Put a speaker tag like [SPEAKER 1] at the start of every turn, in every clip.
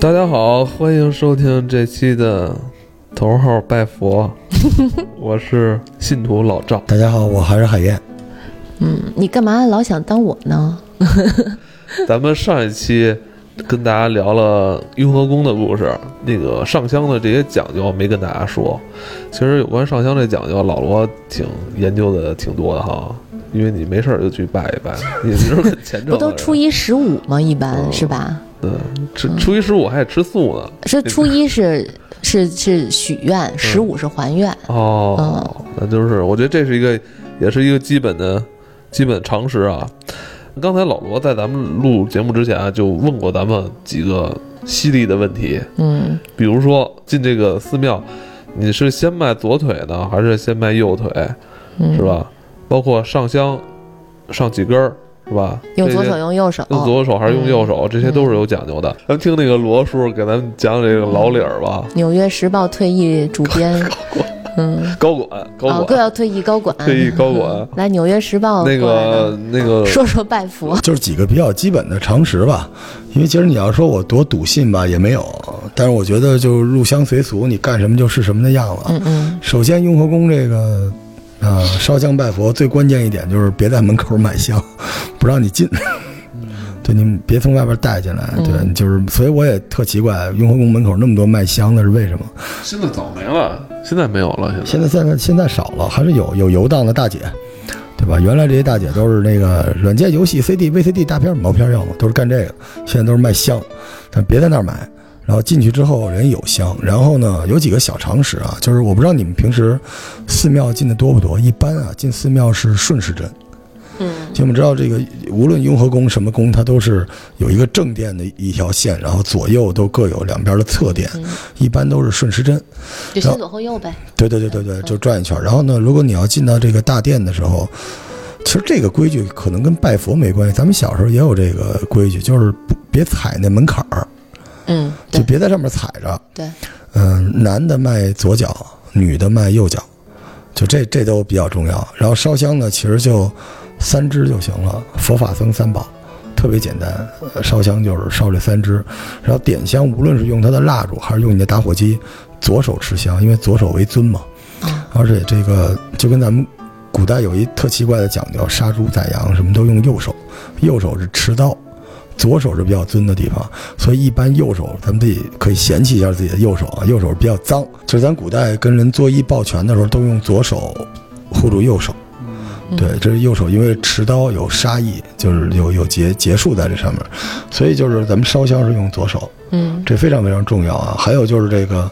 [SPEAKER 1] 大家好，欢迎收听这期的头号拜佛， 我是信徒老赵。
[SPEAKER 2] 大家好，我还是海燕。
[SPEAKER 3] 嗯，你干嘛老想当我呢？
[SPEAKER 1] 咱们上一期跟大家聊了雍和宫的故事，那个上香的这些讲究没跟大家说。其实有关上香这讲究，老罗挺研究的挺多的哈，因为你没事儿就去拜一拜，你是很虔诚的
[SPEAKER 3] 不
[SPEAKER 1] 人。
[SPEAKER 3] 都初一十五吗？一般、
[SPEAKER 1] 嗯
[SPEAKER 3] 是吧？
[SPEAKER 1] 对，吃初一十五还得吃素呢。
[SPEAKER 3] 是初一是是是许
[SPEAKER 1] 嗯
[SPEAKER 3] 愿，十五是还愿。啊
[SPEAKER 1] 哦，那就是我觉得这是一个，也是一个基本的基本常识啊。刚才老罗在咱们录节目之前啊，就问过咱们几个犀利的问题，
[SPEAKER 3] 嗯，
[SPEAKER 1] 比如说进这个寺庙，你是先迈左腿呢，还是先迈右腿，
[SPEAKER 3] 嗯
[SPEAKER 1] 是？吧？包括上香，上几根儿，是吧？
[SPEAKER 3] 用
[SPEAKER 1] 这
[SPEAKER 3] 左
[SPEAKER 1] 些
[SPEAKER 3] 手，用右手。哦嗯
[SPEAKER 1] 用左手还是用右手，这些都是有讲究的。咱们听那个罗叔给咱们讲这个老理儿吧，
[SPEAKER 3] 纽约时报退役主 编，嗯，
[SPEAKER 1] 高管，
[SPEAKER 3] 哦
[SPEAKER 1] 高，
[SPEAKER 3] 更
[SPEAKER 1] 管，
[SPEAKER 3] 要退役高管。嗯
[SPEAKER 1] 退役高管。
[SPEAKER 3] 来，纽约时报
[SPEAKER 1] 那
[SPEAKER 3] 过来
[SPEAKER 1] 个呃
[SPEAKER 3] 了
[SPEAKER 1] 那个
[SPEAKER 3] 说说拜佛。
[SPEAKER 2] 就是几个比较基本的常识吧，因为其实你要说我多笃信吧，也没有。但是我觉得就是入乡随俗，你干什么就是什么的样了。
[SPEAKER 3] 嗯嗯，
[SPEAKER 2] 首先，雍和宫这个啊、烧香拜佛最关键一点就是别在门口买香， 不让你进。对，你们别从外边带进来。对，
[SPEAKER 3] 嗯
[SPEAKER 2] 就是，所以我也特奇怪，雍和宫门口那么多卖香的是为什么？
[SPEAKER 1] 现在早没了，现在没有了。现
[SPEAKER 2] 现在现在现在少了，还是有有游荡的大姐，对吧？原来这些大姐都是那个软件游戏、CD、VCD 大片、毛片要么都是干这个，现在都是卖香，但别在那儿买。然后进去之后，人有香。然后呢，有几个小常识啊，就是我不知道你们平时寺庙进的多不多。一般啊，进寺庙是顺时针。
[SPEAKER 3] 嗯，
[SPEAKER 2] 就我们知道这个，无论雍和宫什么宫，它都是有一个正殿的一条线，然后左右都各有两边的侧殿，一般都是顺时针。
[SPEAKER 3] 就
[SPEAKER 2] 先
[SPEAKER 3] 先左后右呗。
[SPEAKER 2] 对对对对对，就转一圈儿。然后呢，如果你要进到这个大殿的时候，其实这个规矩可能跟拜佛没关系，咱们小时候也有这个规矩，就是不别踩那门槛儿，
[SPEAKER 3] 嗯，
[SPEAKER 2] 就
[SPEAKER 3] 对
[SPEAKER 2] 别在上面踩着。
[SPEAKER 3] 对，
[SPEAKER 2] 嗯、男的迈左脚，女的迈右脚，就这这都比较重要。然后烧香呢，其实就三支就行了，佛法僧三宝。特别简单，呃烧香就是烧这三支，然后点香，无论是用它的蜡烛还是用你的打火机，左手持香，因为左手为尊嘛。
[SPEAKER 3] 啊，
[SPEAKER 2] 而且这个就跟咱们古代有一特奇怪的讲究，杀猪宰羊什么都用右手，右手是持刀，左手是比较尊的地方，所以一般右手咱们自己可以嫌弃一下自己的右手啊，右手比较脏。就是咱古代跟人作揖抱拳的时候，都用左手护住右手。对，这是右手，因为持刀有杀意，就是有有结结束在这上面，所以就是咱们烧香是用左手，
[SPEAKER 3] 嗯
[SPEAKER 2] 这非常非常重要啊。还有就是这个，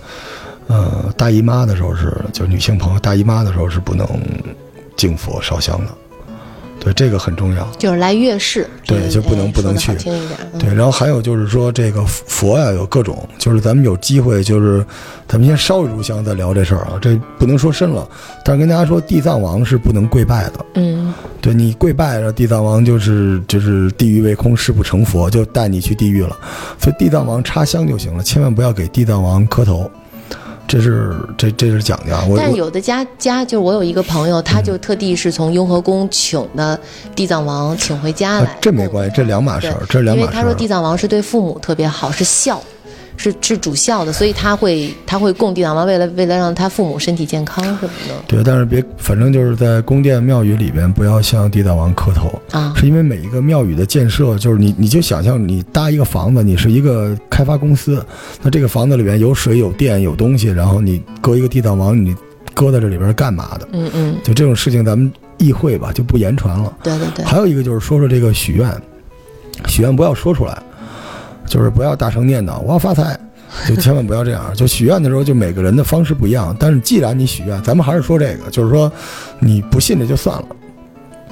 [SPEAKER 2] 呃，大姨妈的时候是，就是女性朋友大姨妈的时候是不能敬佛烧香的，对，这个很重要。
[SPEAKER 3] 就是来月事。
[SPEAKER 2] 对
[SPEAKER 3] 这个
[SPEAKER 2] 就不能
[SPEAKER 3] 哎
[SPEAKER 2] 不能
[SPEAKER 3] 说得好
[SPEAKER 2] 去
[SPEAKER 3] 听一点。嗯
[SPEAKER 2] 对，，然后还有就是说，这个佛呀有各种，就是咱们有机会，就是咱们先烧一炷香再聊这事儿啊，这不能说深了。但是跟大家说，地藏王是不能跪拜的，
[SPEAKER 3] 嗯
[SPEAKER 2] 对你跪拜了地藏王，就是就是地狱为空，誓不成佛，就带你去地狱了。所以地藏王插香就行了，千万不要给地藏王磕头，这是这这是讲究啊。我
[SPEAKER 3] 但是
[SPEAKER 2] 我
[SPEAKER 3] 有的家家就是我有一个朋友，他就特地是从雍和宫请的地藏王请回家
[SPEAKER 2] 啊
[SPEAKER 3] 来，
[SPEAKER 2] 这没关系，这两码事儿，这两
[SPEAKER 3] 因为
[SPEAKER 2] 码事
[SPEAKER 3] 他说
[SPEAKER 2] 儿。啊
[SPEAKER 3] 地藏王是对父母特别好，是孝，是是主孝的，所以他会他会供地藏王，为了为了让他父母身体健康什么的
[SPEAKER 2] 对，但是别，反正就是在宫殿庙宇里边，不要向地藏王磕头。
[SPEAKER 3] 啊。
[SPEAKER 2] 是因为每一个庙宇的建设，就是你你就想象你搭一个房子，你是一个开发公司，那这个房子里面有水有电有东西，然后你搁一个地藏王，你搁在这里边干嘛的？
[SPEAKER 3] 嗯嗯，
[SPEAKER 2] 就这种事情咱们意会吧，就不言传了。
[SPEAKER 3] 对对对，
[SPEAKER 2] 还有一个就是说说这个许愿，许愿不要说出来，就是不要大声念叨我要发财，就千万不要这样。 就许愿的时候，就每个人的方式不一样。但是既然你许愿，咱们还是说这个，就是说你不信这就算了。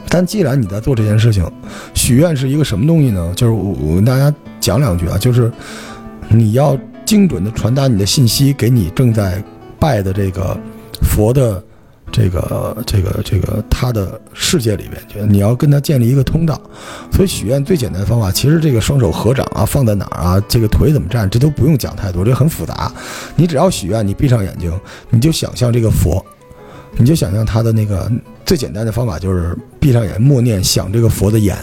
[SPEAKER 2] 但既然你在做这件事情，许愿是一个什么东西呢？就是我我跟大家讲两句啊，就是你要精准的传达你的信息给你正在拜的这个佛的这个这个这个他的世界里面，就是你要跟他建立一个通道。所以许愿最简单的方法，其实这个双手合掌啊，放在哪儿啊，这个腿怎么站，这都不用讲太多，这很复杂。你只要许愿，你闭上眼睛，你就想象这个佛。你就想象他的那个最简单的方法就是闭上眼默念想这个佛的眼，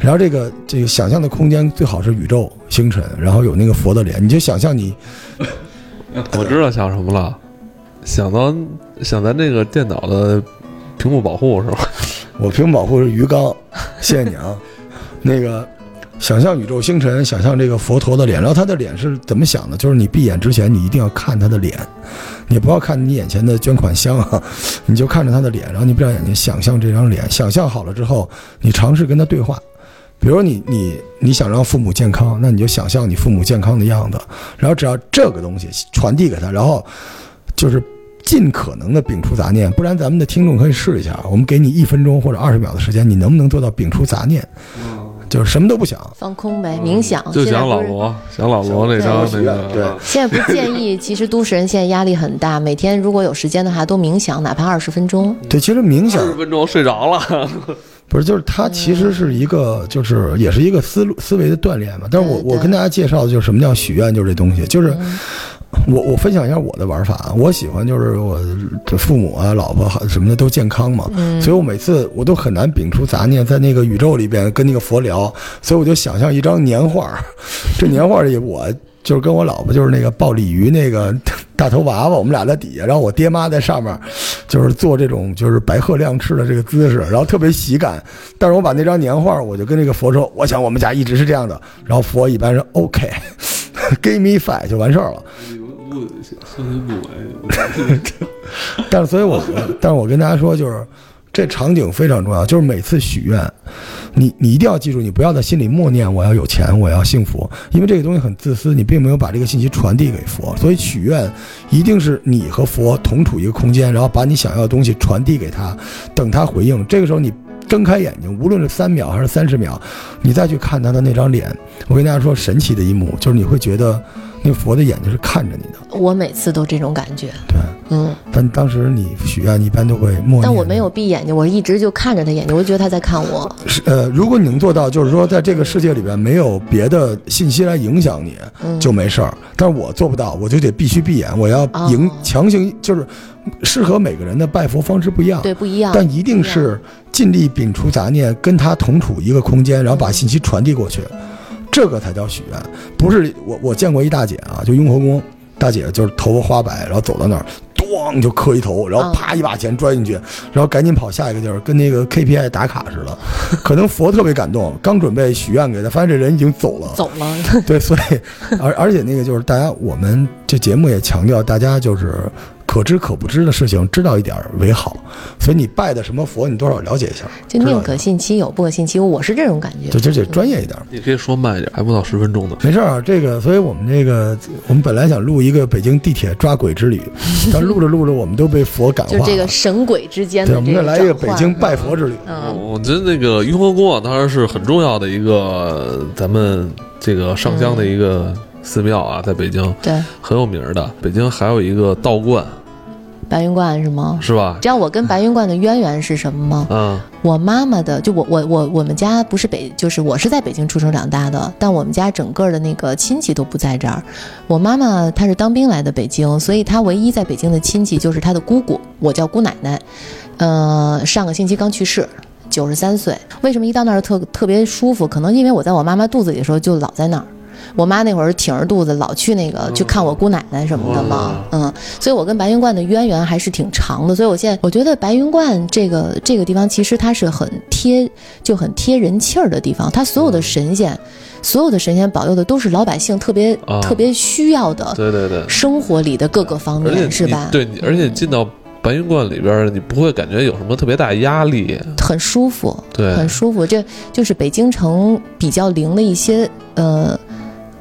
[SPEAKER 2] 然后这个这个想象的空间最好是宇宙星辰，然后有那个佛的脸，你就想象你
[SPEAKER 1] 我知道想什么了，想到想咱这个电脑的屏幕保护是吧？
[SPEAKER 2] 我屏幕保护是鱼缸，谢谢你啊。那个，想象宇宙星辰，想象这个佛陀的脸，然后他的脸是怎么想的？就是你闭眼之前，你一定要看他的脸，你不要看你眼前的捐款箱啊，你就看着他的脸，然后你闭上眼睛，想象这张脸，想象好了之后，你尝试跟他对话。比如你你你想让父母健康，那你就想象你父母健康的样子，然后只要这个东西传递给他，然后就是尽可能的摒除杂念，不然咱们的听众可以试一下，我们给你一分钟或者二十秒的时间，你能不能做到摒除杂念？就是什么都不想。
[SPEAKER 3] 放空呗，
[SPEAKER 2] 嗯
[SPEAKER 3] 冥想。
[SPEAKER 1] 就
[SPEAKER 3] 哦现在
[SPEAKER 1] 想老
[SPEAKER 3] 不是
[SPEAKER 1] 罗，想老罗那张那个，
[SPEAKER 2] 对
[SPEAKER 3] 现在不是建议，其实都市人现在压力很大，每天如果有时间的话，多冥想，哪怕二十分钟。
[SPEAKER 2] 对，其实
[SPEAKER 1] 二
[SPEAKER 2] 冥
[SPEAKER 1] 十
[SPEAKER 2] 想
[SPEAKER 1] 分钟睡着了。
[SPEAKER 2] 不是，就是它其
[SPEAKER 3] 嗯
[SPEAKER 2] 实是一个，就是也是一个思路思维的锻炼嘛。但是我
[SPEAKER 3] 对对嗯
[SPEAKER 2] 我跟大家介绍的就是什么叫许愿，就是这东西，就是我我分享一下我的玩法啊，我喜欢就是我的父母啊、老婆啊什么的都健康嘛，
[SPEAKER 3] 嗯
[SPEAKER 2] 所以我每次我都很难摒除杂念，在那个宇宙里边跟那个佛聊，所以我就想象一张年画儿， 这年画儿里我就是跟我老婆就是那个抱鲤鱼那个大头娃娃，我们俩在底下，然后我爹妈在上面，就是做这种就是白鹤亮翅的这个姿势，然后特别喜感。但是我把那张年画儿，我就跟那个佛说，我想我们家一直是这样的，然后佛一般是 OK，give、me five 就完事儿了。 但是，所以我，我但是我跟大家说，就是这场景非常重要。就是每次许愿，你你一定要记住，你不要在心里默念我要有钱，我要幸福，因为这个东西很自私，你并没有把这个信息传递给佛。所以许愿一定是你和佛同处一个空间，然后把你想要的东西传递给他，等他回应。这个时候你。睁开眼睛，无论是三秒还是三十秒，你再去看他的那张脸，我跟大家说，神奇的一幕就是你会觉得，那佛的眼睛是看着你的，
[SPEAKER 3] 我每次都这种感觉，
[SPEAKER 2] 对。
[SPEAKER 3] 嗯，
[SPEAKER 2] 但当时你许愿一般都会默念。
[SPEAKER 3] 但我没有。闭眼睛，我一直就看着他眼睛，我就觉得他在看我。
[SPEAKER 2] 呃，如果你能做到，就是说在这个世界里边没有别的信息来影响你，就没事儿。但是我做不到，我就得必须闭眼，我要迎、
[SPEAKER 3] 哦
[SPEAKER 2] 强行，就是适合每个人的拜佛方式不一样。
[SPEAKER 3] 对，不一样。
[SPEAKER 2] 但一定是尽力摒除杂念，跟他同处一个空间，然后把信息传递过去，这个才叫许愿。不是我我见过一大姐啊，就雍和宫大姐，就是头发花白，然后走到那儿，咣就磕一头，然后
[SPEAKER 3] 嗯
[SPEAKER 2] 啪一把钱拽进去，然后赶紧跑下一个地儿，跟那个 KPI 打卡似的。可能佛特别感动，刚准备许愿给他，发现这人已经走了。
[SPEAKER 3] 走了，
[SPEAKER 2] 对，所以而而且那个就是大家，我们这节目也强调，大家就是可知可不知的事情，知道一点儿为好。所以你拜的什么佛，你多少了解一下，
[SPEAKER 3] 就
[SPEAKER 2] 知道
[SPEAKER 3] 宁
[SPEAKER 2] 一点
[SPEAKER 3] 可信其有，不可信其无。我是这种感觉
[SPEAKER 2] 就。就得专业一点儿。
[SPEAKER 1] 你可以说慢一点，还不到十分钟呢。
[SPEAKER 2] 没事儿啊，这个，所以我们这个，我们本来想录一个北京地铁抓鬼之旅， 但录着录着，我们都被佛感化
[SPEAKER 3] 就
[SPEAKER 2] 了。
[SPEAKER 3] 这个神鬼之间
[SPEAKER 2] 对，
[SPEAKER 3] 的
[SPEAKER 2] 我们
[SPEAKER 3] 这
[SPEAKER 2] 再
[SPEAKER 3] 个
[SPEAKER 2] 来一个
[SPEAKER 3] 转
[SPEAKER 2] 北
[SPEAKER 3] 换
[SPEAKER 2] 京拜佛之旅。
[SPEAKER 1] 我
[SPEAKER 3] 嗯，
[SPEAKER 1] 我觉得那个雍和宫啊，当然是很重要的一个咱们这个上香的一个寺庙
[SPEAKER 3] 嗯
[SPEAKER 1] 啊，在北京
[SPEAKER 3] 对，
[SPEAKER 1] 很有名儿的。北京还有一个道观，
[SPEAKER 3] 白云观是吗？
[SPEAKER 1] 是吧
[SPEAKER 3] 你？知道我跟白云观的渊源是什么吗？
[SPEAKER 1] 嗯，
[SPEAKER 3] 我妈妈的，就我我我我们家不是北，就是我是在北京出生长大的，但我们家整个的那个亲戚都不在这儿。我妈妈她是当兵来的北京，所以她唯一在北京的亲戚就是她的姑姑，我叫姑奶奶。呃，上个星期刚去世，九十三岁。为什么一到那儿特特别舒服？可能因为我在我妈妈肚子里的时候就老在那儿。我妈那会儿挺着肚子，老去那个去看我姑奶奶什么的嘛，嗯，所以我跟白云观的渊源还是挺长的。所以我现在我觉得白云观这个这个地方，其实它是很贴就很贴人气儿的地方。它所有的
[SPEAKER 1] 嗯
[SPEAKER 3] 神仙，所有的神仙保佑的都是老百姓特别、
[SPEAKER 1] 啊
[SPEAKER 3] 特别需要的
[SPEAKER 1] 对对对。
[SPEAKER 3] 生活里的各个方
[SPEAKER 1] 而且
[SPEAKER 3] 面，是
[SPEAKER 1] 你
[SPEAKER 3] 吧？嗯
[SPEAKER 1] 对，你而且进到白云观里边儿，你不会感觉有什么特别大的压力。
[SPEAKER 3] 很舒服，
[SPEAKER 1] 对
[SPEAKER 3] 很舒服。这就是北京城比较灵的一些呃。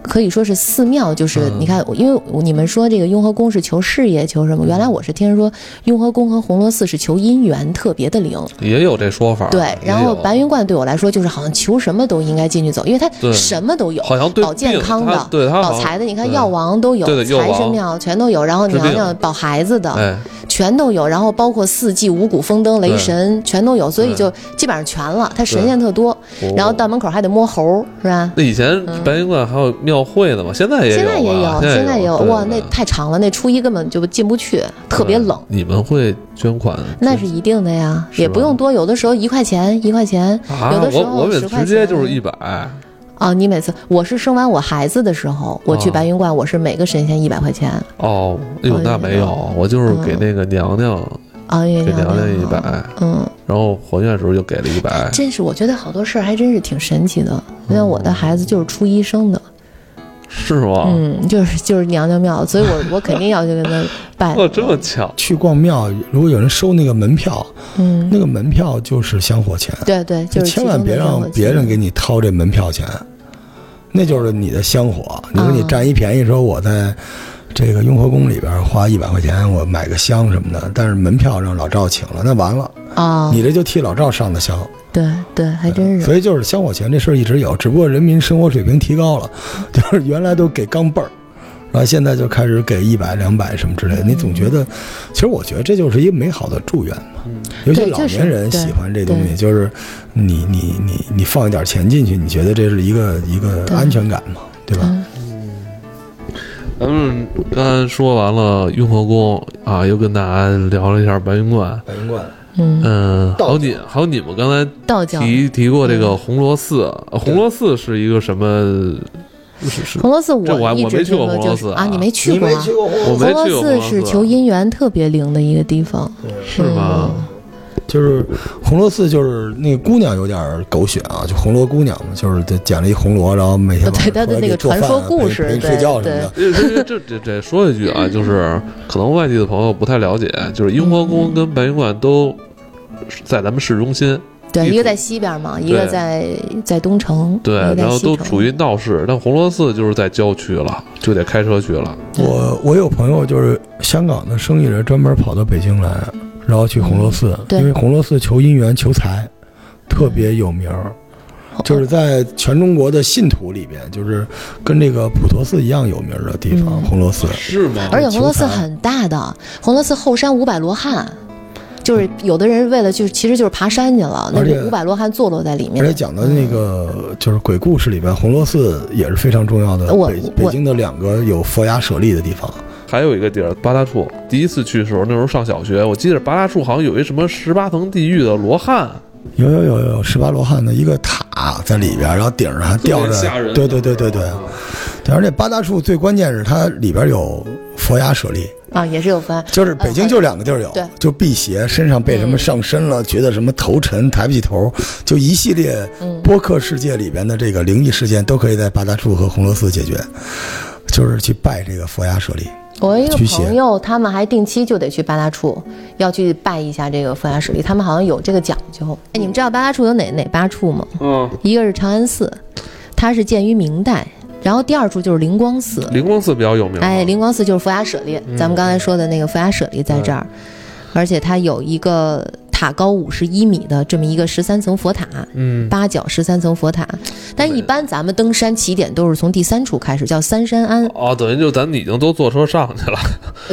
[SPEAKER 3] 可以说是寺庙，就是
[SPEAKER 1] 嗯
[SPEAKER 3] 你看，我因为我你们说这个雍和宫是求事业、求什么？原来我是听人说雍和宫和红螺寺是求姻缘，特别的灵。
[SPEAKER 1] 也有这说法儿。
[SPEAKER 3] 对，然
[SPEAKER 1] 啊也
[SPEAKER 3] 后
[SPEAKER 1] 有
[SPEAKER 3] 白云观对我来说就是好像求什么都应该进去走，因为它
[SPEAKER 1] 对
[SPEAKER 3] 什么都有，
[SPEAKER 1] 好像对
[SPEAKER 3] 保健
[SPEAKER 1] 病
[SPEAKER 3] 康
[SPEAKER 1] 它
[SPEAKER 3] 的
[SPEAKER 1] 对它
[SPEAKER 3] 保
[SPEAKER 1] 好像
[SPEAKER 3] 财的，你看
[SPEAKER 1] 对
[SPEAKER 3] 药王都有，
[SPEAKER 1] 对的药
[SPEAKER 3] 财神
[SPEAKER 1] 王
[SPEAKER 3] 庙全都有，然后
[SPEAKER 1] 治病
[SPEAKER 3] 娘娘保孩子的，
[SPEAKER 1] 哎，
[SPEAKER 3] 全都有，然后包括四季、五谷丰登、雷
[SPEAKER 1] 对
[SPEAKER 3] 神全都有，所以就基
[SPEAKER 1] 哦
[SPEAKER 3] 本上全了。它神仙特多，然后到门口还得摸猴，是吧？
[SPEAKER 1] 那以前白云观还有庙庙会的嘛，现在也有
[SPEAKER 3] 嗯现在也
[SPEAKER 1] 吧
[SPEAKER 3] 有，
[SPEAKER 1] 现
[SPEAKER 3] 现在也有，
[SPEAKER 1] 对
[SPEAKER 3] 哇，
[SPEAKER 1] 对
[SPEAKER 3] 那太长了，那初一根本就进不去，特别冷。嗯
[SPEAKER 1] 你们会捐款？
[SPEAKER 3] 那是一定的呀，
[SPEAKER 1] 是
[SPEAKER 3] 也不
[SPEAKER 1] 吗
[SPEAKER 3] 用多，有的时候一块钱一块钱，
[SPEAKER 1] 啊，
[SPEAKER 3] 有的时
[SPEAKER 1] 我
[SPEAKER 3] 候
[SPEAKER 1] 我们
[SPEAKER 3] 10块
[SPEAKER 1] 直接
[SPEAKER 3] 钱
[SPEAKER 1] 就是一百，
[SPEAKER 3] 啊。你每次我是生完我孩子的时候，我去
[SPEAKER 1] 哦
[SPEAKER 3] 白云观，我是每个神仙一百块钱
[SPEAKER 1] 哦，哎呦，
[SPEAKER 3] 哦嗯
[SPEAKER 1] 那没有，我就是给那个娘娘，
[SPEAKER 3] 啊，给
[SPEAKER 1] 给娘娘一百，，哎
[SPEAKER 3] 嗯，
[SPEAKER 1] 然后还愿的时候就给了一百，
[SPEAKER 3] 真是我觉得好多事儿还真是挺神奇的。像我的孩子就是初一生的，
[SPEAKER 1] 是吗？
[SPEAKER 3] 嗯，就是就是娘娘庙，所以 我我肯定要去跟他拜，
[SPEAKER 1] 哇，这么巧，
[SPEAKER 2] 去逛庙，如果有人收那个门票，
[SPEAKER 3] 嗯，
[SPEAKER 2] 那个门票就是香火钱，
[SPEAKER 3] 对对，就是
[SPEAKER 2] 你千万
[SPEAKER 3] 其中的
[SPEAKER 2] 别
[SPEAKER 3] 香火
[SPEAKER 2] 让
[SPEAKER 3] 钱
[SPEAKER 2] 别人给你掏这门票钱，那就是你的香火。你
[SPEAKER 3] 啊
[SPEAKER 2] 说你占一便宜，说我在这个雍和宫里边花一百块钱，我买个香什么的，但是门票让老赵请了，那完了，
[SPEAKER 3] 啊，
[SPEAKER 2] 你这就替老赵上的香。
[SPEAKER 3] 对对，还真是。
[SPEAKER 2] 所以就是香火钱这事儿一直有，只不过人民生活水平提 高了，就是原来都给钢镚儿，然后现在就开始给一百、两百什么之
[SPEAKER 3] 嗯
[SPEAKER 2] 类的。你总觉得，其实我觉得这就是一个美好的祝愿嘛。尤其
[SPEAKER 3] 对
[SPEAKER 2] 老
[SPEAKER 3] 就是
[SPEAKER 2] 年人喜欢这东西，
[SPEAKER 3] 嗯对
[SPEAKER 2] 就是你你你你放一点钱进去，你觉得这是一个一个
[SPEAKER 3] 对
[SPEAKER 2] 安全感嘛，对吧？
[SPEAKER 3] 嗯
[SPEAKER 1] 咱们刚才说完了雍和宫啊，又跟大家聊了一下白云观，
[SPEAKER 2] 白云观，
[SPEAKER 3] 嗯，
[SPEAKER 1] 嗯，还
[SPEAKER 2] 道
[SPEAKER 1] 有你还有你们刚才
[SPEAKER 3] 道教嗯
[SPEAKER 1] 提提过这个红螺寺，呃红螺寺是一个什么？是是，
[SPEAKER 3] 红螺寺
[SPEAKER 1] 这我还
[SPEAKER 3] 一
[SPEAKER 1] 我
[SPEAKER 3] 直
[SPEAKER 1] 没去
[SPEAKER 3] 听
[SPEAKER 1] 过
[SPEAKER 3] 说
[SPEAKER 1] 红
[SPEAKER 3] 就
[SPEAKER 1] 螺
[SPEAKER 3] 是
[SPEAKER 1] 寺
[SPEAKER 3] 啊，
[SPEAKER 1] 啊
[SPEAKER 3] 你没去过啊？
[SPEAKER 2] 过
[SPEAKER 1] 我没
[SPEAKER 3] 红螺
[SPEAKER 1] 去过红
[SPEAKER 3] 寺
[SPEAKER 1] 螺
[SPEAKER 3] 是
[SPEAKER 1] 寺
[SPEAKER 3] 求姻缘特别灵的一个地方，嗯
[SPEAKER 1] 是吗？
[SPEAKER 2] 就是红螺寺，就是那个姑娘有点儿狗血啊，就红螺姑娘嘛，就是就捡了一红螺，然后每天晚上
[SPEAKER 3] 对她的
[SPEAKER 2] 出来
[SPEAKER 3] 那个
[SPEAKER 2] 给做饭啊
[SPEAKER 3] 传说故事
[SPEAKER 2] 陪陪你
[SPEAKER 3] 对
[SPEAKER 2] 睡觉什么
[SPEAKER 3] 对
[SPEAKER 1] 这
[SPEAKER 2] 的。
[SPEAKER 1] 这这这这说一句啊，就是可能外地的朋友不太了解，就是雍和宫跟白云观都在咱们市中心，
[SPEAKER 3] 对，
[SPEAKER 1] 地
[SPEAKER 3] 一
[SPEAKER 1] 主
[SPEAKER 3] 个在西边嘛，一个
[SPEAKER 1] 对
[SPEAKER 3] 在在东城，
[SPEAKER 1] 对，
[SPEAKER 3] 一个在
[SPEAKER 1] 然后
[SPEAKER 3] 西
[SPEAKER 1] 都
[SPEAKER 3] 城
[SPEAKER 1] 处于闹市，但红螺寺就是在郊区了，就得开车去了。
[SPEAKER 2] 我我有朋友就是香港的生意人，专门跑到北京来，然后去红螺寺，
[SPEAKER 3] 嗯对
[SPEAKER 2] 因为红螺寺求姻缘求财，特别有名儿，
[SPEAKER 3] 哦
[SPEAKER 2] 就是在全中国的信徒里边，就是跟这个普陀寺一样有名儿的地方，
[SPEAKER 3] 嗯
[SPEAKER 2] 红螺寺。
[SPEAKER 1] 是吗
[SPEAKER 3] 而且红螺寺
[SPEAKER 2] 求财
[SPEAKER 3] 很大的，红螺寺后山五百罗汉，就是有的人为了就其实就是爬山去了，那
[SPEAKER 2] 而且
[SPEAKER 3] 五百罗汉坐落在里面。
[SPEAKER 2] 而且讲到那个就是鬼故事里边，红螺寺也是非常重要的
[SPEAKER 3] 我
[SPEAKER 2] 北
[SPEAKER 3] 我
[SPEAKER 2] 北京的两个有佛牙舍利的地方。
[SPEAKER 1] 还有一个地儿八大处，第一次去的时候，那时候上小学，我记得八大处好像有一什么十八层地狱的罗汉，
[SPEAKER 2] 有有有有十八罗汉的一个塔在里边，然后顶上还吊着，对对对对对，对，而且八大处最关键是它里边有佛牙舍利，
[SPEAKER 3] 啊，也是有分。
[SPEAKER 2] 就是北京就两个地儿有，
[SPEAKER 3] 对嗯
[SPEAKER 2] 就辟邪，身上被什么上身了，觉得什么头沉抬不起头，就一系列
[SPEAKER 3] 嗯
[SPEAKER 2] 播客世界里边的这个灵异事件都可以在八大处和红螺寺解决，就是去拜这个佛牙舍利。
[SPEAKER 3] 我有一个
[SPEAKER 2] 驱邪
[SPEAKER 3] 朋友，他们还定期就得去八大处，要去拜一下这个佛牙舍利，他们好像有这个讲究。哎，你们知道八大处有哪哪八处吗？
[SPEAKER 1] 嗯，
[SPEAKER 3] 一个是长安寺，它是建于明代，然后第二处就是灵光寺，
[SPEAKER 1] 灵光寺比较有名。
[SPEAKER 3] 哎，灵光寺就是佛牙舍利，咱们刚才说的那个佛牙舍利在这儿，而且它有一个塔高五十一米的这么一个十三层佛塔，
[SPEAKER 1] 嗯，
[SPEAKER 3] 八角十三层佛塔。但一般咱们登山起点都是从第三处开始，叫三山庵。
[SPEAKER 1] 哦，等于就咱已经都坐车上去了。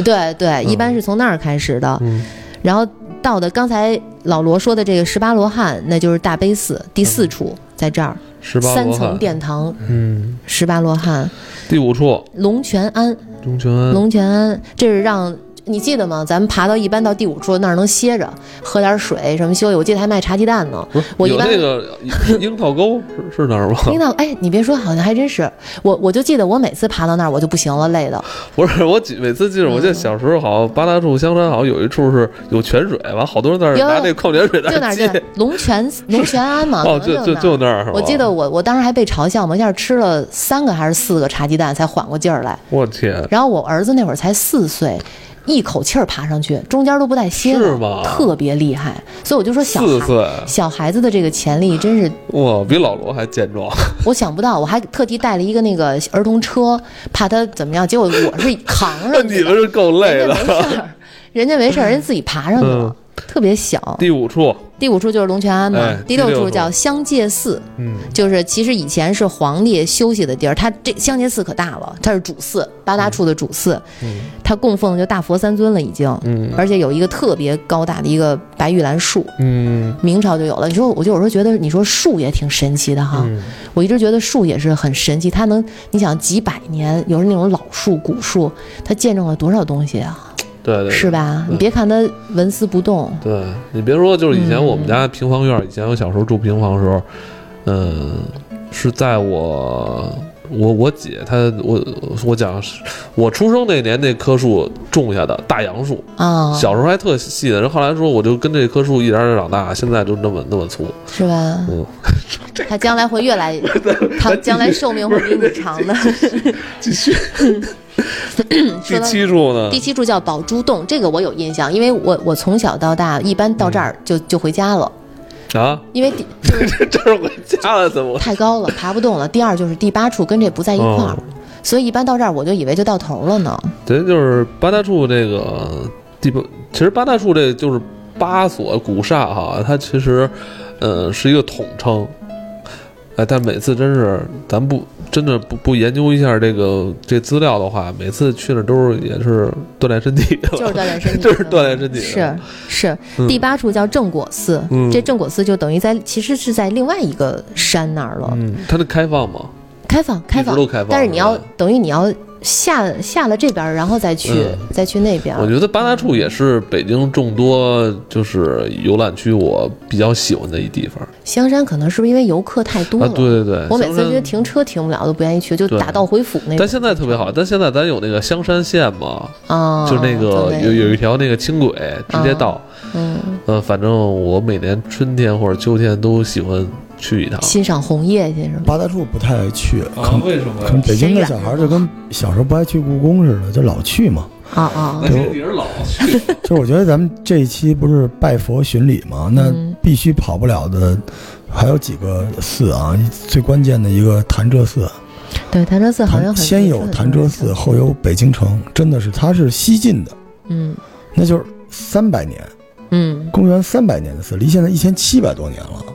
[SPEAKER 3] 对对，一般是从那儿开始的。
[SPEAKER 1] 嗯
[SPEAKER 3] 然后到的刚才老罗说的这个十八罗汉，那就是大悲寺第四处，在这儿
[SPEAKER 1] 嗯十八
[SPEAKER 3] 三
[SPEAKER 1] 罗
[SPEAKER 3] 层
[SPEAKER 1] 汉，
[SPEAKER 3] 殿堂，
[SPEAKER 1] 嗯，
[SPEAKER 3] 十八罗汉，
[SPEAKER 1] 第五处
[SPEAKER 3] 龙泉庵。
[SPEAKER 1] 龙泉庵，
[SPEAKER 3] 龙泉庵，这是让你记得吗？咱们爬到一般到第五处那儿能歇着，喝点水什么休息。我记得还卖茶鸡蛋呢。
[SPEAKER 1] 不是
[SPEAKER 3] 我一
[SPEAKER 1] 有
[SPEAKER 3] 般
[SPEAKER 1] 那个樱桃沟是是那儿吗？
[SPEAKER 3] 听到哎，你别说，好像还真是我，我就记得我每次爬到那儿我就不行了， 累的。
[SPEAKER 1] 不是，我记每次记着，我记
[SPEAKER 3] 嗯
[SPEAKER 1] 得小时候好像八大处香山好像有一处是有泉水，完好多人在那
[SPEAKER 3] 有
[SPEAKER 1] 儿拿那矿泉水在
[SPEAKER 3] 就
[SPEAKER 1] 那
[SPEAKER 3] 哪
[SPEAKER 1] 儿
[SPEAKER 3] 儿
[SPEAKER 1] 接
[SPEAKER 3] 就。哪儿龙泉龙泉庵 嘛，
[SPEAKER 1] 哦，
[SPEAKER 3] 可
[SPEAKER 1] 就
[SPEAKER 3] 能
[SPEAKER 1] 就
[SPEAKER 3] 那儿
[SPEAKER 1] 就那儿是吧？
[SPEAKER 3] 我记得，我我当时还被嘲笑嘛，一下吃了三个还是四个茶鸡蛋才缓过劲儿来。
[SPEAKER 1] 我天，
[SPEAKER 3] 然后我儿子那会儿才四岁，一口气儿爬上去，中间都不带歇
[SPEAKER 1] 是
[SPEAKER 3] 的
[SPEAKER 1] 吗，
[SPEAKER 3] 特别厉害。所以我就说小
[SPEAKER 1] 四
[SPEAKER 3] 孩
[SPEAKER 1] 岁，
[SPEAKER 3] 小孩子的这个潜力真是
[SPEAKER 1] 哇，比老罗还健壮。
[SPEAKER 3] 我想不到，我还特地带了一个那个儿童车，怕他怎么样。结果我是扛
[SPEAKER 1] 那
[SPEAKER 3] 上
[SPEAKER 1] 你
[SPEAKER 3] 去
[SPEAKER 1] 们
[SPEAKER 3] 的，
[SPEAKER 1] 是够累
[SPEAKER 3] 人家
[SPEAKER 1] 的。
[SPEAKER 3] 没事儿，人家没事儿，人家自己爬上去了，特别小。
[SPEAKER 1] 第五处
[SPEAKER 3] 第五处就是龙泉庵嘛，
[SPEAKER 1] 嗯哎
[SPEAKER 3] 第
[SPEAKER 1] 第六
[SPEAKER 3] 处
[SPEAKER 1] 处
[SPEAKER 3] 叫香界寺，
[SPEAKER 1] 嗯，
[SPEAKER 3] 就是其实以前是皇帝休息的地儿，它这香界寺可大了，它是主寺，八大处的主寺，
[SPEAKER 1] 嗯
[SPEAKER 3] 它供奉的就大佛三尊了已经，
[SPEAKER 1] 嗯
[SPEAKER 3] 而且有一个特别高大的一个白玉兰树，
[SPEAKER 1] 嗯
[SPEAKER 3] 明朝就有了。你说，我就有时候觉得，你说树也挺神奇的哈，
[SPEAKER 1] 嗯
[SPEAKER 3] 我一直觉得树也是很神奇，它能，你想几百年，有时候那种老树、古树，它见证了多少东西啊，
[SPEAKER 1] 对对对
[SPEAKER 3] 是吧？
[SPEAKER 1] 对
[SPEAKER 3] 你别看它纹丝不动，
[SPEAKER 1] 对你别说，就是以前
[SPEAKER 3] 嗯
[SPEAKER 1] 我们家平房院儿，以前我小时候住平房的时候，嗯，是在我我我姐她我我讲是我出生那年那棵树种下的大杨树，
[SPEAKER 3] 啊，
[SPEAKER 1] 小时候还特细的，人后来说我就跟这棵树一点点长大，现在就那么那么粗，
[SPEAKER 3] 是吧？
[SPEAKER 1] 嗯，
[SPEAKER 3] 它将来会越来， 它将来寿命会比你长的。嗯
[SPEAKER 1] 继续
[SPEAKER 3] 说
[SPEAKER 1] 第
[SPEAKER 3] 到
[SPEAKER 1] 七处呢
[SPEAKER 3] 第，七处叫宝珠洞，这个我有印象，因为我我从小到大一般到这儿
[SPEAKER 1] 嗯
[SPEAKER 3] 就就回家了，
[SPEAKER 1] 啊，
[SPEAKER 3] 因为第
[SPEAKER 1] 这是回家了怎么？
[SPEAKER 3] 太高了，爬不动了。第二就是第八处跟这不在一块儿，
[SPEAKER 1] 哦
[SPEAKER 3] 所以一般到这儿我就以为就到头了 呢。
[SPEAKER 1] 对，就是八大处这个地方，其实八大处这就是八所古刹哈，它其实，呃，是一个统称。哎，但每次真是咱不真的不不研究一下这个这资料的话，每次去那都是也是锻炼身体的，
[SPEAKER 3] 就是锻炼身体的，
[SPEAKER 1] 就是锻炼身体的
[SPEAKER 3] 是是，
[SPEAKER 1] 嗯
[SPEAKER 3] 第八处叫正果寺，
[SPEAKER 1] 嗯
[SPEAKER 3] 这正果寺就等于在其实是在另外一个山那儿了，
[SPEAKER 1] 嗯，它那开放嘛，
[SPEAKER 3] 开放开
[SPEAKER 1] 一
[SPEAKER 3] 放
[SPEAKER 1] 直，都开放。
[SPEAKER 3] 但是你要
[SPEAKER 1] 吧
[SPEAKER 3] 等于你要下下了这边儿，然后再去、
[SPEAKER 1] 嗯
[SPEAKER 3] 再去那边儿。
[SPEAKER 1] 我觉得八大处也是北京众多就是游览区我比较喜欢的一地方
[SPEAKER 3] 香山可能是不是因为游客太多了？
[SPEAKER 1] 啊，对对对，
[SPEAKER 3] 我每次
[SPEAKER 1] 香山
[SPEAKER 3] 觉得停车停不了，都不愿意去，就
[SPEAKER 1] 对
[SPEAKER 3] 打道回府那种
[SPEAKER 1] 但现在特别好，但现在咱有那个香山线嘛，
[SPEAKER 3] 啊，
[SPEAKER 1] 就那个
[SPEAKER 3] 对
[SPEAKER 1] 有有一条那个轻轨直接到。
[SPEAKER 3] 嗯，
[SPEAKER 1] 嗯、反正我每年春天或者秋天都喜欢去一趟。
[SPEAKER 3] 欣赏红叶去是吗？
[SPEAKER 2] 八大处不太爱去，可能
[SPEAKER 1] 啊为什么
[SPEAKER 2] 可能北京的小孩儿就跟小时候不爱去故宫似的，就 老去 嘛。
[SPEAKER 3] 啊啊，
[SPEAKER 2] 那是
[SPEAKER 1] 你是老去，
[SPEAKER 2] 就是我觉得咱们这一期不是拜佛巡礼嘛，那
[SPEAKER 3] 嗯
[SPEAKER 2] 必须跑不了的还有几个寺啊，最关键的一个潭柘寺，啊
[SPEAKER 3] 对，潭柘寺好像
[SPEAKER 2] 潭
[SPEAKER 3] 很
[SPEAKER 2] 先有潭柘寺，，后有北京城，真的是它是西晋的，
[SPEAKER 3] 嗯
[SPEAKER 2] 那就是三百年，
[SPEAKER 3] 嗯，
[SPEAKER 2] 公元三百年的寺，离现在一千七百多年了。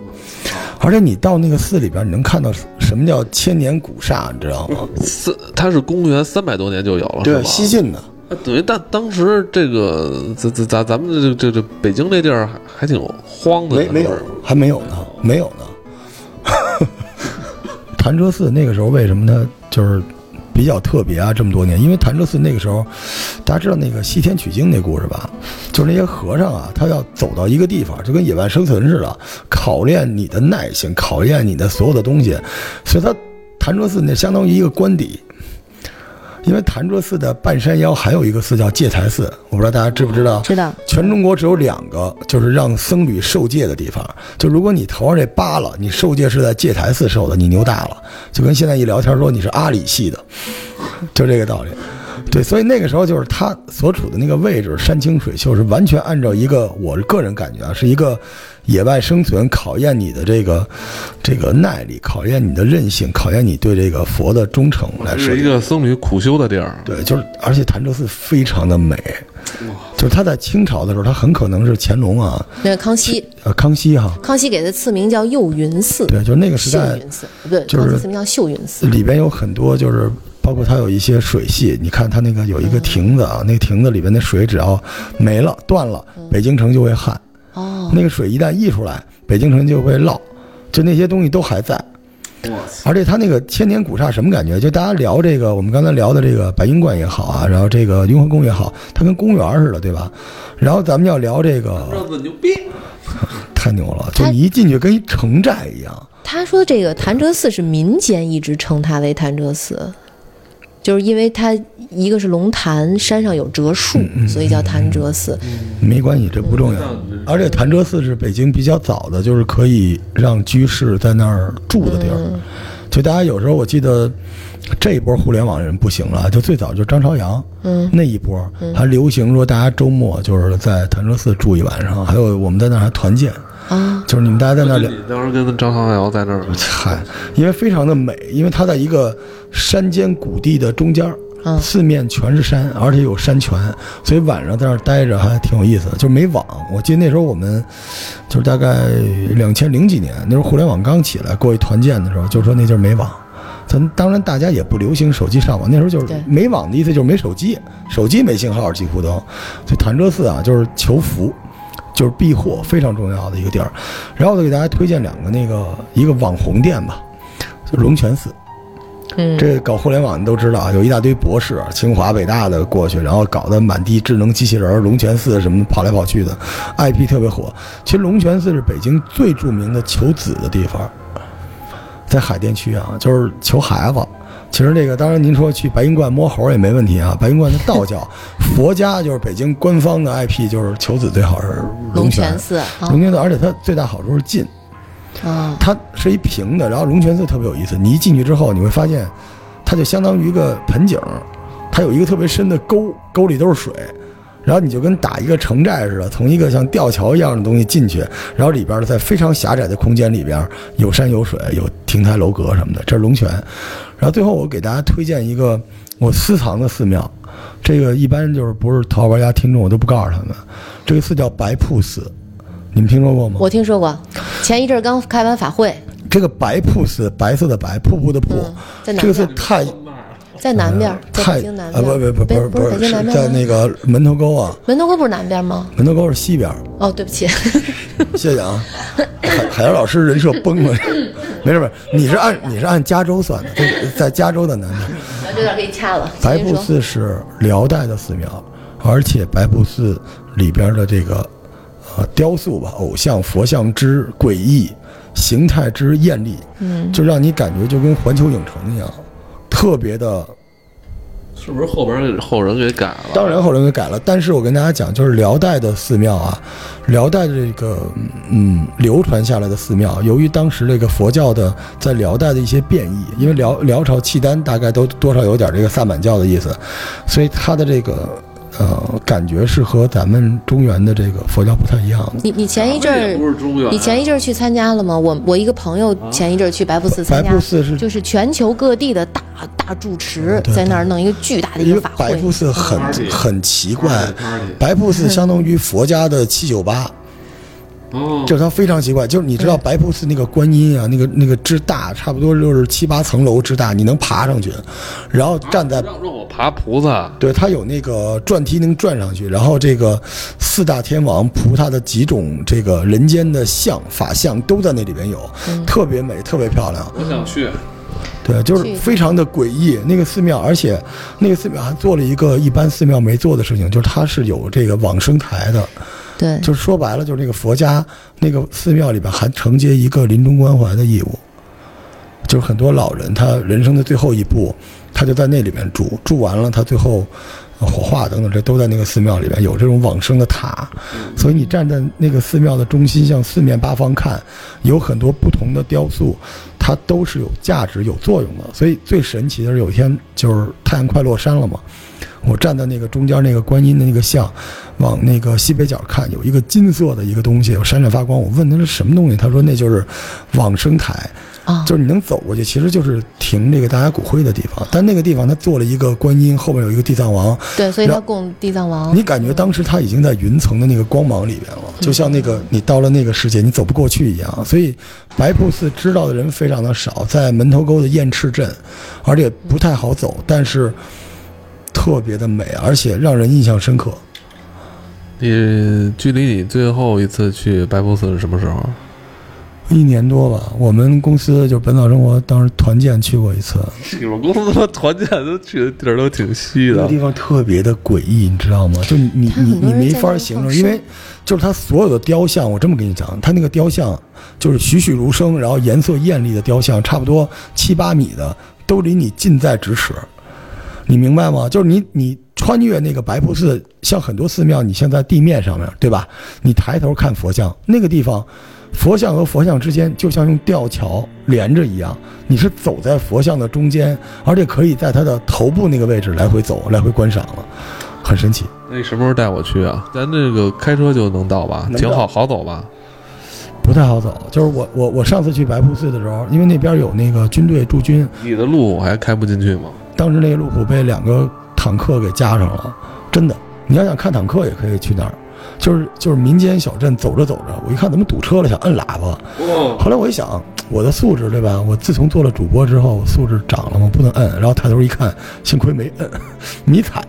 [SPEAKER 2] 而且你到那个寺里边，你能看到什么叫千年古刹，你知道吗？
[SPEAKER 1] 四它是公元三百多年就有了，是吧？
[SPEAKER 2] 西晋的。
[SPEAKER 1] 啊等于当当时这个咱咱咱咱们这这这北京这地儿还还挺荒的呢，
[SPEAKER 2] 没没有
[SPEAKER 1] 是吧，
[SPEAKER 2] 还没有呢，没有呢。 潭柘寺那个时候为什么呢？就是比较特别啊，这么多年，因为潭柘寺那个时候，大家知道那个西天取经那故事吧？就是那些和尚啊，他要走到一个地方，就跟野外生存似的，考验你的耐性，考验你的所有的东西，所以他潭柘寺那相当于一个官邸。因为潭柘寺的半山腰还有一个寺叫戒台寺，我不知道大家知不知道？
[SPEAKER 3] 知道
[SPEAKER 2] 全中国只有两个，就是让僧侣受戒的地方。就如果你头上这疤了，你受戒是在戒台寺受的，你牛大了。就跟现在一聊天说你是阿里系的， 就这个道理。对，所以那个时候就是他所处的那个位置，山清水秀，是完全按照一个我个人感觉啊，是一个野外生存，考验你的这个这个耐力，考验你的韧性，考验你对这个佛的忠诚来
[SPEAKER 1] 这
[SPEAKER 2] 说
[SPEAKER 1] 是一个僧侣苦修的地儿。
[SPEAKER 2] 对，就是而且潭柘寺非常的美，就是它在清朝的时候，它很可能是乾隆啊，
[SPEAKER 3] 那个康熙，
[SPEAKER 2] 呃，康熙哈、
[SPEAKER 3] 康熙给的赐名叫幼云寺，
[SPEAKER 2] 对，就是那个时
[SPEAKER 3] 秀
[SPEAKER 2] 代
[SPEAKER 3] 云寺，不对，
[SPEAKER 2] 就是
[SPEAKER 3] 康熙赐名叫秀云寺，
[SPEAKER 2] 里边有很多就是。包括它有一些水系，你看它那个有一个亭子啊，那个亭子里边的水只要没了、断了，北京城就会旱。
[SPEAKER 3] 哦，
[SPEAKER 2] 那个水一旦溢出来，北京城就会涝，就那些东西都还在。而且它那个千年古刹什么感觉？就大家聊这个，我们刚才聊的这个白云观也好啊，然后这个雍和宫也好，它跟公园似的，对吧？然后咱们要聊这个，
[SPEAKER 1] 子牛逼，
[SPEAKER 2] 太牛了！就你一进去跟一城寨一样，
[SPEAKER 3] 他说这个潭柘寺是民间一直称它为潭柘寺，就是因为它一个是龙潭山上有柘树，
[SPEAKER 2] 嗯
[SPEAKER 3] 所以叫潭柘寺。
[SPEAKER 2] 没关系，这不重要。而且潭柘寺是北京比较早的，就是可以让居士在那儿住的地儿。就大家有时候我记得，这一波互联网人不行了，就最早就张朝阳，嗯，那一波还流行说大家周末就是在潭柘寺住一晚上，还有我们在那儿还团建，
[SPEAKER 3] 啊，
[SPEAKER 2] 就是你们大家在那
[SPEAKER 1] 那
[SPEAKER 2] 里。
[SPEAKER 1] 你当时跟张长尧在那儿，
[SPEAKER 2] 嗨，因为非常的美，因为它在一个山间谷地的中间儿，
[SPEAKER 3] 嗯
[SPEAKER 2] 四面全是山，而且有山泉，所以晚上在那儿待着还挺有意思的，就没网。我记得那时候我们就是大概两千零几年，那时候互联网刚起来，过去团建的时候，就说那地儿没网。咱当然大家也不流行手机上网，那时候就是
[SPEAKER 3] 对
[SPEAKER 2] 没网的意思就是没手机，手机没信号几乎都。所以潭柘寺啊，就是求福，就是避祸非常重要的一个地儿。然后我再给大家推荐两个那个一个网红店吧，就龙泉寺。
[SPEAKER 3] 嗯，
[SPEAKER 2] 这搞互联网的都知道啊，有一大堆博士，清华、北大的过去，然后搞得满地智能机器人儿、龙泉寺什么的跑来跑去的，IP 特别火。其实龙泉寺是北京最著名的求子的地方，在海淀区啊，就是求孩子。其实这个，当然您说去白云观摸猴儿也没问题啊。白云观是道教，佛家就是北京官方的 IP，就是求子最好是
[SPEAKER 3] 龙
[SPEAKER 2] 泉
[SPEAKER 3] 泉。寺啊
[SPEAKER 2] 龙，泉寺，而且它最大好处是近，
[SPEAKER 3] 嗯，
[SPEAKER 2] 它是一平的，然后龙泉寺特别有意思。你一进去之后，你会发现，它就相当于一个盆景儿，它有一个特别深的沟，沟里都是水，然后你就跟打一个城寨似的，从一个像吊桥一样的东西进去，然后里边儿在非常狭窄的空间里边儿有山有水，有亭台楼阁什么的，这是龙泉。然后最后我给大家推荐一个我私藏的寺庙，这个一般就是不是桃花家听众我都不告诉他们，这个寺叫白瀑寺，你们听说过吗？
[SPEAKER 3] 我听说过，前一阵儿刚开完法会，
[SPEAKER 2] 这个白瀑寺，白色的白，瀑布的瀑，
[SPEAKER 3] 嗯，在南
[SPEAKER 2] 这个
[SPEAKER 3] 边
[SPEAKER 2] 是
[SPEAKER 3] 儿，
[SPEAKER 2] 太
[SPEAKER 3] 在南边儿，在
[SPEAKER 2] 太
[SPEAKER 3] 北京南
[SPEAKER 2] 啊
[SPEAKER 3] 边儿，
[SPEAKER 2] 不不
[SPEAKER 3] 北
[SPEAKER 2] 不
[SPEAKER 3] 不
[SPEAKER 2] 不
[SPEAKER 3] 北
[SPEAKER 2] 不
[SPEAKER 3] 京南
[SPEAKER 2] 是
[SPEAKER 3] 边
[SPEAKER 2] 在
[SPEAKER 3] 儿吗？
[SPEAKER 2] 那个门头沟啊，
[SPEAKER 3] 门头沟不是南边儿吗？
[SPEAKER 2] 门头沟是西边 儿。
[SPEAKER 3] 哦，对不起，
[SPEAKER 2] 谢谢啊，海海洋老师人设崩了， 没事没事，你是按你是按加州算的，在在加州的南边。
[SPEAKER 3] 这段给你掐了。
[SPEAKER 2] 白
[SPEAKER 3] 继续
[SPEAKER 2] 瀑
[SPEAKER 3] 说
[SPEAKER 2] 寺是辽代的寺庙，而且白瀑寺里边的这个呃雕塑吧，偶像、佛像之诡异，形态之艳丽，嗯，就让你感觉就跟环球影城一样，特别的。
[SPEAKER 1] 是不是后边儿后人给改了？
[SPEAKER 2] 当然后人给改了，但是我跟大家讲，就是辽代的寺庙啊，辽代的这个嗯流传下来的寺庙，由于当时这个佛教的在辽代的一些变异，因为辽辽朝契丹大概都多少有点这个萨满教的意思，所以它的这个呃感觉是和咱们中原的这个佛教不太一样的。
[SPEAKER 3] 你你前一阵
[SPEAKER 1] 也不
[SPEAKER 3] 儿，
[SPEAKER 1] 是中原，
[SPEAKER 3] 你前一阵儿去参加了吗？我我一个朋友前一阵儿去白瀑寺
[SPEAKER 2] 白
[SPEAKER 3] 参加
[SPEAKER 2] 瀑，寺是
[SPEAKER 3] 就是全球各地的大大住持
[SPEAKER 2] 对
[SPEAKER 3] 在那儿弄一个巨大的一
[SPEAKER 2] 因为
[SPEAKER 3] 个法
[SPEAKER 2] 白
[SPEAKER 3] 会，
[SPEAKER 2] 瀑寺很
[SPEAKER 1] 嗯
[SPEAKER 2] 很奇怪，
[SPEAKER 1] party
[SPEAKER 2] 白瀑寺相当于佛家的七九八。
[SPEAKER 1] 哦，
[SPEAKER 2] 就是它非常奇怪，就是你知道白瀑寺那个观音啊，那个那个之大，差不多就是七八层楼之大，你能爬上去，然后站在。
[SPEAKER 1] 让让我爬菩萨，
[SPEAKER 2] 对，它有那个转梯能转上去，然后这个四大天王菩萨的几种这个人间的像法像都在那里边有，特别美，特别漂亮。
[SPEAKER 1] 我想去。
[SPEAKER 2] 对，就是
[SPEAKER 3] 去
[SPEAKER 2] 非常的诡异那个寺庙，而且那个寺庙还做了一个一般寺庙没做的事情，就是它是有这个往生台的。
[SPEAKER 3] 对，
[SPEAKER 2] 就是说白了，就是那个佛家那个寺庙里边还承接一个临终关怀的义务，就是很多老人他人生的最后一步，他就在那里面住，住完了他最后呃火化等等，这都在那个寺庙里边有这种往生的塔，所以你站在那个寺庙的中心，向四面八方看，有很多不同的雕塑，它都是有价值、有作用的。所以最神奇的是，有一天就是太阳快落山了嘛，我站在那个中间那个观音的那个像，往那个西北角看，有一个金色的一个东西，闪闪发光。我问他是什么东西，他说那就是往生台，
[SPEAKER 3] 啊，
[SPEAKER 2] 就是你能走过去，其实就是停这个大家骨灰的地方。但那个地方他做了一个观音，后面有一个地藏王，
[SPEAKER 3] 对，所以
[SPEAKER 2] 然
[SPEAKER 3] 他
[SPEAKER 2] 后
[SPEAKER 3] 供地藏王
[SPEAKER 2] 你，感觉当时他已经在云层的那个光芒里边了，就像那个你到了那个世界，你走不过去一样。所以白瀑寺知道的人非常的少，在门头沟的雁翅镇，而且不太好走，但是特别的美，而且让人印象深刻。
[SPEAKER 1] 你距离你最后一次去白瀑寺是什么时 候？啊
[SPEAKER 2] 一年多吧，我们公司就本草生活当时团建去过一次，
[SPEAKER 1] 你们公司他妈团建都去的地儿都挺稀
[SPEAKER 2] 那
[SPEAKER 1] 的
[SPEAKER 2] 个。地方特别的诡异，你知道吗？就你你
[SPEAKER 3] 它
[SPEAKER 2] 你
[SPEAKER 3] 很多
[SPEAKER 2] 你
[SPEAKER 3] 人
[SPEAKER 2] 没
[SPEAKER 3] 在那
[SPEAKER 2] 法
[SPEAKER 3] 儿
[SPEAKER 2] 形
[SPEAKER 3] 放
[SPEAKER 2] 容，因为
[SPEAKER 3] 生
[SPEAKER 2] 就是它所有的雕像，我这么跟你讲，它那个雕像就是栩栩如生，然后颜色艳丽的雕像，差不多七八米的，都离你近在咫尺，你明白吗？就是你你穿越那个白瀑寺，像很多寺庙，你现在地面上面对吧？你抬头看佛像，那个地方，佛像和佛像之间就像用吊桥连着一样，你是走在佛像的中间，而且可以在它的头部那个位置来回走，来回观赏了，很神奇。
[SPEAKER 1] 那你什么时候带我去啊？咱这个开车就能到吧？
[SPEAKER 2] 能到
[SPEAKER 1] 挺好，好走吧？
[SPEAKER 2] 不太好走，就是我我我上次去白瀑寺的时候，因为那边有那个军队驻军，
[SPEAKER 1] 你的路我还开不进去吗？
[SPEAKER 2] 当时那个路虎被两个坦克给夹上了，真的。你要想看坦克，也可以去那儿，就是就是民间小镇，走着走着，我一看怎么堵车了，想摁喇叭。后来我一想，我的素质对吧？我自从做了主播之后，我素质涨了嘛，不能摁。然后抬头一看，幸亏没摁， 迷彩，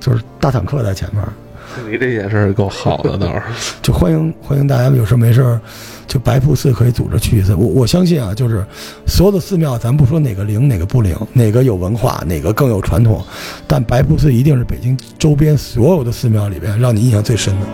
[SPEAKER 2] 就是大坦克在前面。
[SPEAKER 1] 你这眼神儿够好的，倒是
[SPEAKER 2] 就欢迎欢迎大家有事没事儿，就白瀑寺可以组织去一次。我我相信啊，就是所有的寺庙，咱不说哪个灵哪个不灵，哪个有文化哪个更有传统，但白瀑寺一定是北京周边所有的寺庙里边让你印象最深的。